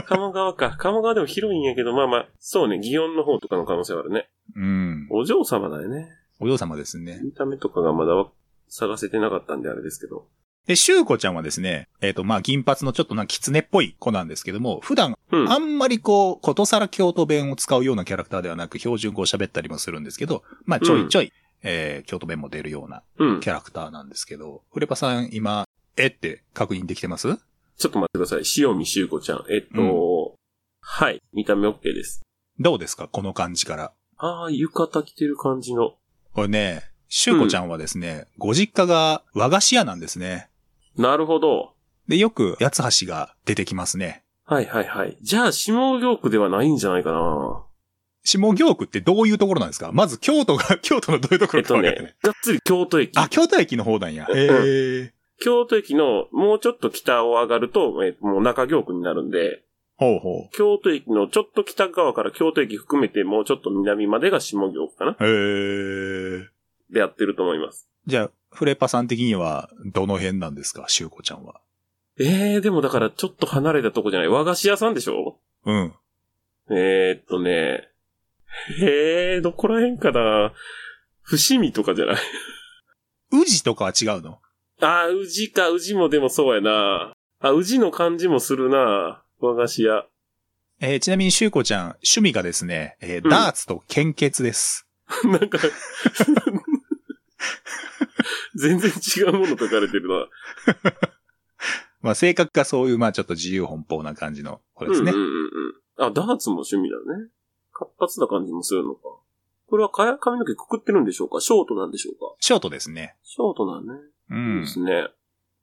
Speaker 1: 鴨川か。鴨川でも広いんやけど、まあまあ、そうね、祇園の方とかの可能性はあるね。
Speaker 3: うん。
Speaker 1: お嬢様だよね。
Speaker 3: お嬢様ですね。
Speaker 1: 見た目とかがまだわ探せてなかったんであれですけど。
Speaker 3: で、シュウコちゃんはですね、えっ、と、まあ、銀髪のちょっとなんか狐っぽい子なんですけども、普段
Speaker 1: うん。
Speaker 3: あんまりこう、ことさら京都弁を使うようなキャラクターではなく、標準語を喋ったりもするんですけど、まあ、ちょいちょい、えー、京都弁も出るような
Speaker 1: うん。
Speaker 3: キャラクターなんですけど、フレパさん今、えって確認できてます
Speaker 1: ちょっと待ってください。塩見修子ちゃん。えっと、はい。見た目 OK です。
Speaker 3: どうですかこの感じから。
Speaker 1: ああ、浴衣着てる感じの。
Speaker 3: これね、シュウコちゃんはですね、ご実家が和菓子屋なんですね。
Speaker 1: なるほど。
Speaker 3: で、よく、八つ橋が出てきますね。
Speaker 1: はいはいはい。じゃあ、下行区ではないんじゃないかな。
Speaker 3: 下京区ってどういうところなんですかまず京都が、 京都のどういうとこ
Speaker 1: えっ
Speaker 3: ろか
Speaker 1: と
Speaker 3: 分かってない。
Speaker 1: ね、がっつり京都駅。
Speaker 3: あ、京都駅の方なんや。へえ。
Speaker 1: 京都駅のもうちょっと北を上がると、えーもう中京区になるんで、
Speaker 3: ほうほ
Speaker 1: 京都駅のちょっと北側から京都駅含めてもうちょっと南までが下京区かな
Speaker 3: う。へえ。
Speaker 1: でやってると思います。
Speaker 3: じゃあ、フレパさん的には、どの辺なんですかしゅうこちゃんは。
Speaker 1: えー、でもだからちょっと離れたとこじゃない。和菓子屋さんでしょ
Speaker 3: うん。
Speaker 1: えー、っとね、えー、どこら辺かな伏見とかじゃない
Speaker 3: 宇治とかは違うの
Speaker 1: あー、宇治か、宇治もでもそうやな。あ、宇治の感じもするな。和菓子屋。
Speaker 3: えーちなみにしゅうこちゃん、趣味がですね、えー
Speaker 1: うん
Speaker 3: ダーツと献血です。
Speaker 1: なんか、全然違うもの書かれてるな。
Speaker 3: まあ、性格がそういう、まあ、ちょっと自由奔放な感じの子ですね。
Speaker 1: うんうんうんうん。あ、ダーツも趣味だね。活発な感じもするのか。これはか髪の毛くくってるんでしょうかショートなんでしょうか
Speaker 3: ショートですね。
Speaker 1: ショートなんね。
Speaker 3: う
Speaker 1: いい
Speaker 3: ん
Speaker 1: で。すね。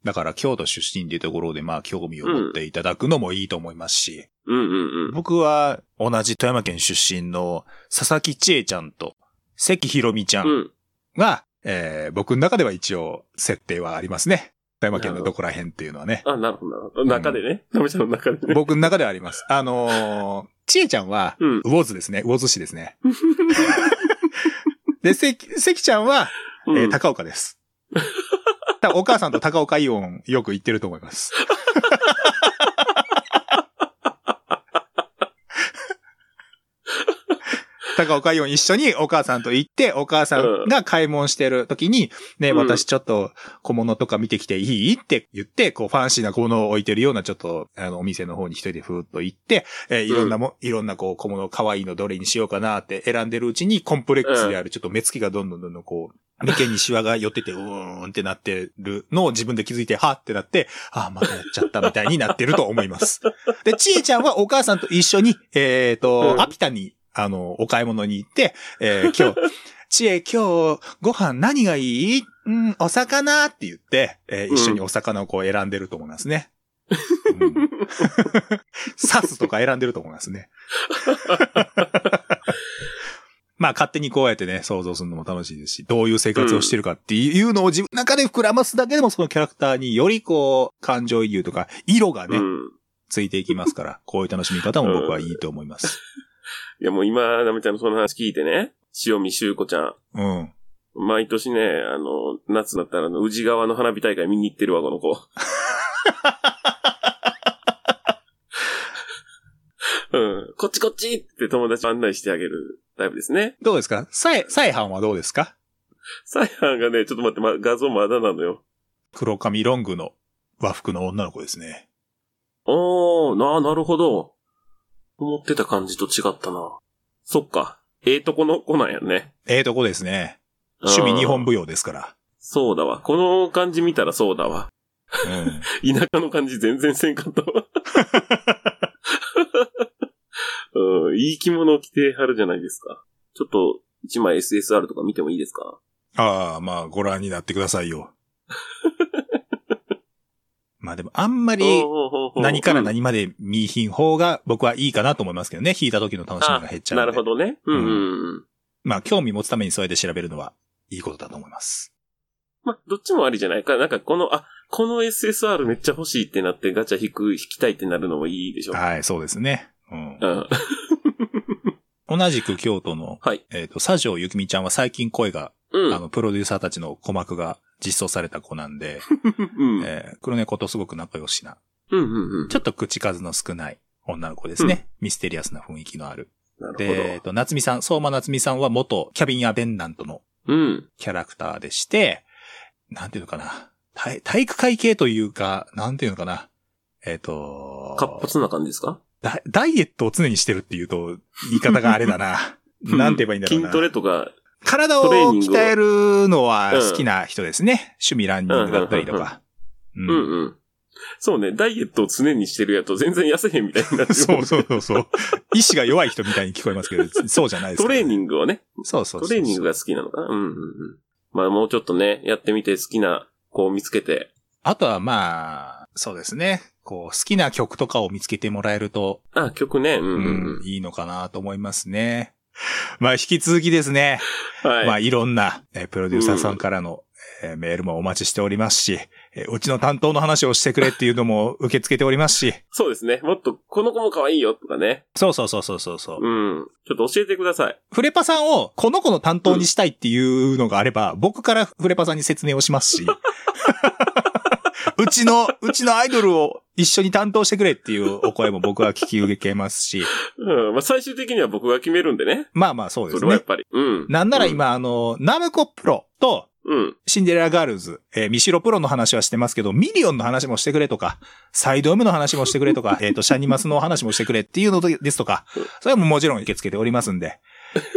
Speaker 3: だから、京都出身というところで、まあ、興味を持っていただくのもいいと思いますし。
Speaker 1: うんうんうん。
Speaker 4: 僕は同じ富山県出身の佐々木千恵ちゃんと関ひろみちゃ
Speaker 1: うんん。
Speaker 3: が、えー僕の中では一応、設定はありますね。富山県のどこら辺っていうのはね。
Speaker 1: あ、なるほど、なるほど。中でね。ナメちゃんの中でね。
Speaker 3: 僕の中ではあります。あのー、ちえちゃんは、
Speaker 1: うん。
Speaker 3: 魚津ですね。魚津市です ね。で、せき、せきちゃんは、えー
Speaker 1: うん
Speaker 3: 高岡 です。多分お母さんと高岡イオンよく行ってると思い ます。高岡イオン一緒にお母さんと行って、お母さんが買い物してる時に、ね、
Speaker 1: うん
Speaker 3: 私ちょっと小物とか見てきていいって言って、こうファンシーな小物を置いてるようなちょっと、あの、お店の方に一人でふーっと行って、えーいろんなも、いろんなこう小物可愛いのどれにしようかなって選んでるうちに、コンプレックスであるちょっと目つきがどんどんどんどんこう、眉間にシワが寄ってて、うーんってなってるのを自分で気づいて、はーってなって、ああ、またやっちゃったみたいになってると思い ます。で、ちえちゃんはお母さんと一緒に、えっ、と、
Speaker 1: うん
Speaker 3: アピタに、あの、お買い物に行って、えー今日、 ちえ、今日、ご飯何がいいうん、お魚って言って、えー一緒にお魚をこう選んでると思います ね。うん、刺すとか選んでると思います ね。まあ勝手にこうやってね、想像するのも楽しいですし、どういう生活をしてるかっていうのを自分の中で膨らますだけでもそのキャラクターによりこう、感情移入とか、色がね、
Speaker 1: うん。
Speaker 3: ついていきます から、こういう楽しみ方も僕はいいと思います。
Speaker 1: いや、もう今、ナメちゃんのその話聞いてね。塩見修子ちゃん。
Speaker 3: うん。
Speaker 1: 毎年ね、あの、夏になったら、あの宇治川の花火大会見に行ってるわ、この子。 うん。こっちこっちって友達を案内してあげるタイプですね。
Speaker 3: どうですかさえ、さえはんはどうですか
Speaker 1: サイハンがね、ちょっと待って、ま、画像まだなのよ。
Speaker 3: 黒髪ロングの和服の女の子ですね。
Speaker 1: おー、な、なるほど。思ってた感じと違ったな。そっか。ええとこの子なんやね。
Speaker 3: ええとこですね。趣味日本
Speaker 1: 部。
Speaker 3: 舞踊ですから。
Speaker 1: そうだわ。この感じ見たらそうだわ。
Speaker 3: うん。
Speaker 1: 田舎の感じ全然せんかったわ。うん、いい着物を着てはるじゃないですか。ちょっと、一枚 SSR とか見てもいいですか
Speaker 3: ああ、まあ、ご覧になってくださいよ。 まあでも、あんまり何から
Speaker 1: っ
Speaker 3: 何まで見いひん方が僕はいいかなと思いますけどね。引いた時の楽しみが減っちゃう
Speaker 1: なん
Speaker 3: で。
Speaker 1: るほどね。うん、うんうん。
Speaker 3: まあ、興味持つためにそうやって調べるのはいいことだと思います。
Speaker 1: まあ、どっちもありじゃないか。なんかこの、あ、この SSR めっちゃ欲しいってなってガチャ引く、引きたいってなるのもいいでしょ。
Speaker 3: はい、そうですね。うん
Speaker 1: う。ん。
Speaker 3: 同じく京都の、
Speaker 1: はい
Speaker 3: えっ、と、佐城ゆきみちゃんは最近声が、
Speaker 1: うん。
Speaker 3: あの、プロデューサーたちの鼓膜が実装された子なん で、
Speaker 1: うん。
Speaker 3: えー黒猫とすごく仲良しな、
Speaker 1: うんうんうん。
Speaker 3: ちょっと口数の少ない女の子ですね。ミステリアスな雰囲気のある。
Speaker 1: なる
Speaker 3: で、えっ
Speaker 1: ほ
Speaker 3: と、夏美さん、相馬夏美さんは元キャビンアベンダントの
Speaker 1: ど。うん。
Speaker 3: キャラクターでして、なんていうのかな。体体育会系というか、なんていうのかな。えっ、と、
Speaker 1: 活発な感じですか
Speaker 3: ダ、ダイエットを常にしてるっていうと、言い方があれだ な。なんて言えばいいんだろうな。
Speaker 1: 筋トレとか、
Speaker 3: 体
Speaker 1: トレー
Speaker 3: を
Speaker 1: ニングを
Speaker 3: 鍛えるのは好きな人ですね。趣味ランニングだったりとか。う
Speaker 1: うんうん。そうね、ダイエットを常にしてるやと全然痩せへんみたいになっ て
Speaker 3: そうそうそうそう。意志が弱い人みたいに聞こえますけど、そうじゃないです
Speaker 1: ト
Speaker 3: から
Speaker 1: レーニ
Speaker 3: グ。
Speaker 1: ングをね、
Speaker 3: そうそうそ
Speaker 1: ト
Speaker 3: う
Speaker 1: レーニングが好きなのかなうんうんうん。まあもうちょっとね、やってみて好きな子を見つけて。
Speaker 3: あとはまあ、そうですね。こう、好きな曲とかを見つけてもらえると、
Speaker 1: あ、曲ね。うん
Speaker 3: う
Speaker 1: うんん、
Speaker 3: いいのかなと思いますね。まあ、引き続きですね。
Speaker 1: うん。はい。
Speaker 3: まあ、いろんな、えープロデューサーさんからの、えーメールもお待ちしておりますし、えーうちの担当の話をしてくれっていうのも受け付けておりますし、
Speaker 1: そうですね。もっと、この子も可愛いよとかね。
Speaker 3: そうそうそうそうそうそう。
Speaker 1: うん。ちょっと教えてください。
Speaker 3: フレパさんをこの子の担当にしたいっていうのがあれば、僕からフレパさんに説明をしますし、うちの、うちのアイドルを一緒に担当してくれっていうお声も僕は聞き受けますし、
Speaker 1: うん。まあ最終的には僕が決めるんでね。
Speaker 3: まあまあそうで
Speaker 1: そ
Speaker 3: す
Speaker 1: れはやっ
Speaker 3: ね。
Speaker 1: ぱり。うん。
Speaker 3: なんなら今、あの、ナムコプロと
Speaker 1: うん。うん。
Speaker 3: シンデレラガールズ、えーミシロプロの話はしてますけど、ミリオンの話もしてくれとか、サイド M の話もしてくれとか、えっと、シャニマスの話もしてくれっていうのですとか、それももちろん受け付けておりますんで、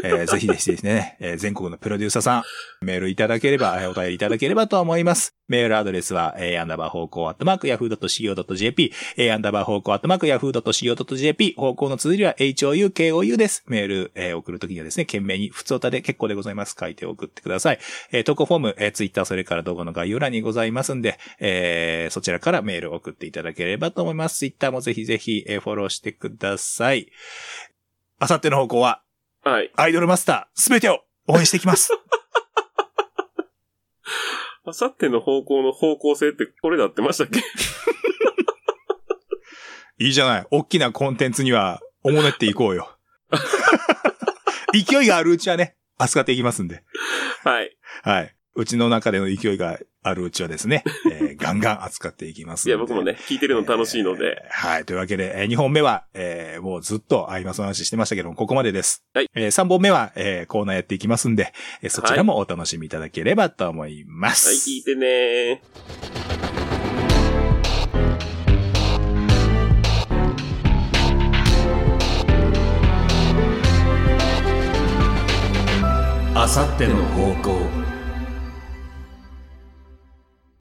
Speaker 3: えーぜひぜひですね、えー全国のプロデューサーさん、メールいただければ、えーお便りいただければと思います。メールアドレスは、えーアンダーバー方向アットマーク、yahoo.co.jp、えーアンダーバー方向アットマーク、yahoo.co.jp、方向の綴りは hou, kou です。メール、えー送るときにはですね、懸命に、普通歌で結構でございます。書いて送ってください。えー投稿フォーム、えー、ツイッター、それから動画の概要欄にございますんで、えーそちらからメールを送っていただければと思います。ツイッターもぜひぜひ、えーフォローしてください。あさっての方向は、
Speaker 1: はい。
Speaker 3: アイドルマスター、すべてを応援していきます。
Speaker 1: あさっての方向の方向性ってこれだってましたっけ
Speaker 3: いいじゃない。大きなコンテンツには、おもねっていこう よ。勢いがあるうちはね、扱っていきますんで。
Speaker 1: はい。
Speaker 3: はい。うちの中での勢いがあるうちはですね、えーガンガン扱っていきますん
Speaker 1: い
Speaker 3: で。
Speaker 1: や、僕もね、聞いてるの楽しいので。
Speaker 3: えーはい。というわけで、え2本目は、えーもうずっとアイマスの話してましたけども、ここまでです。
Speaker 1: はい
Speaker 3: え3本目は、えーコーナーやっていきますんで、えーそちらもお楽しみいただければと思いま
Speaker 1: はい、
Speaker 3: す。
Speaker 1: 聞いてね
Speaker 2: あさっての方向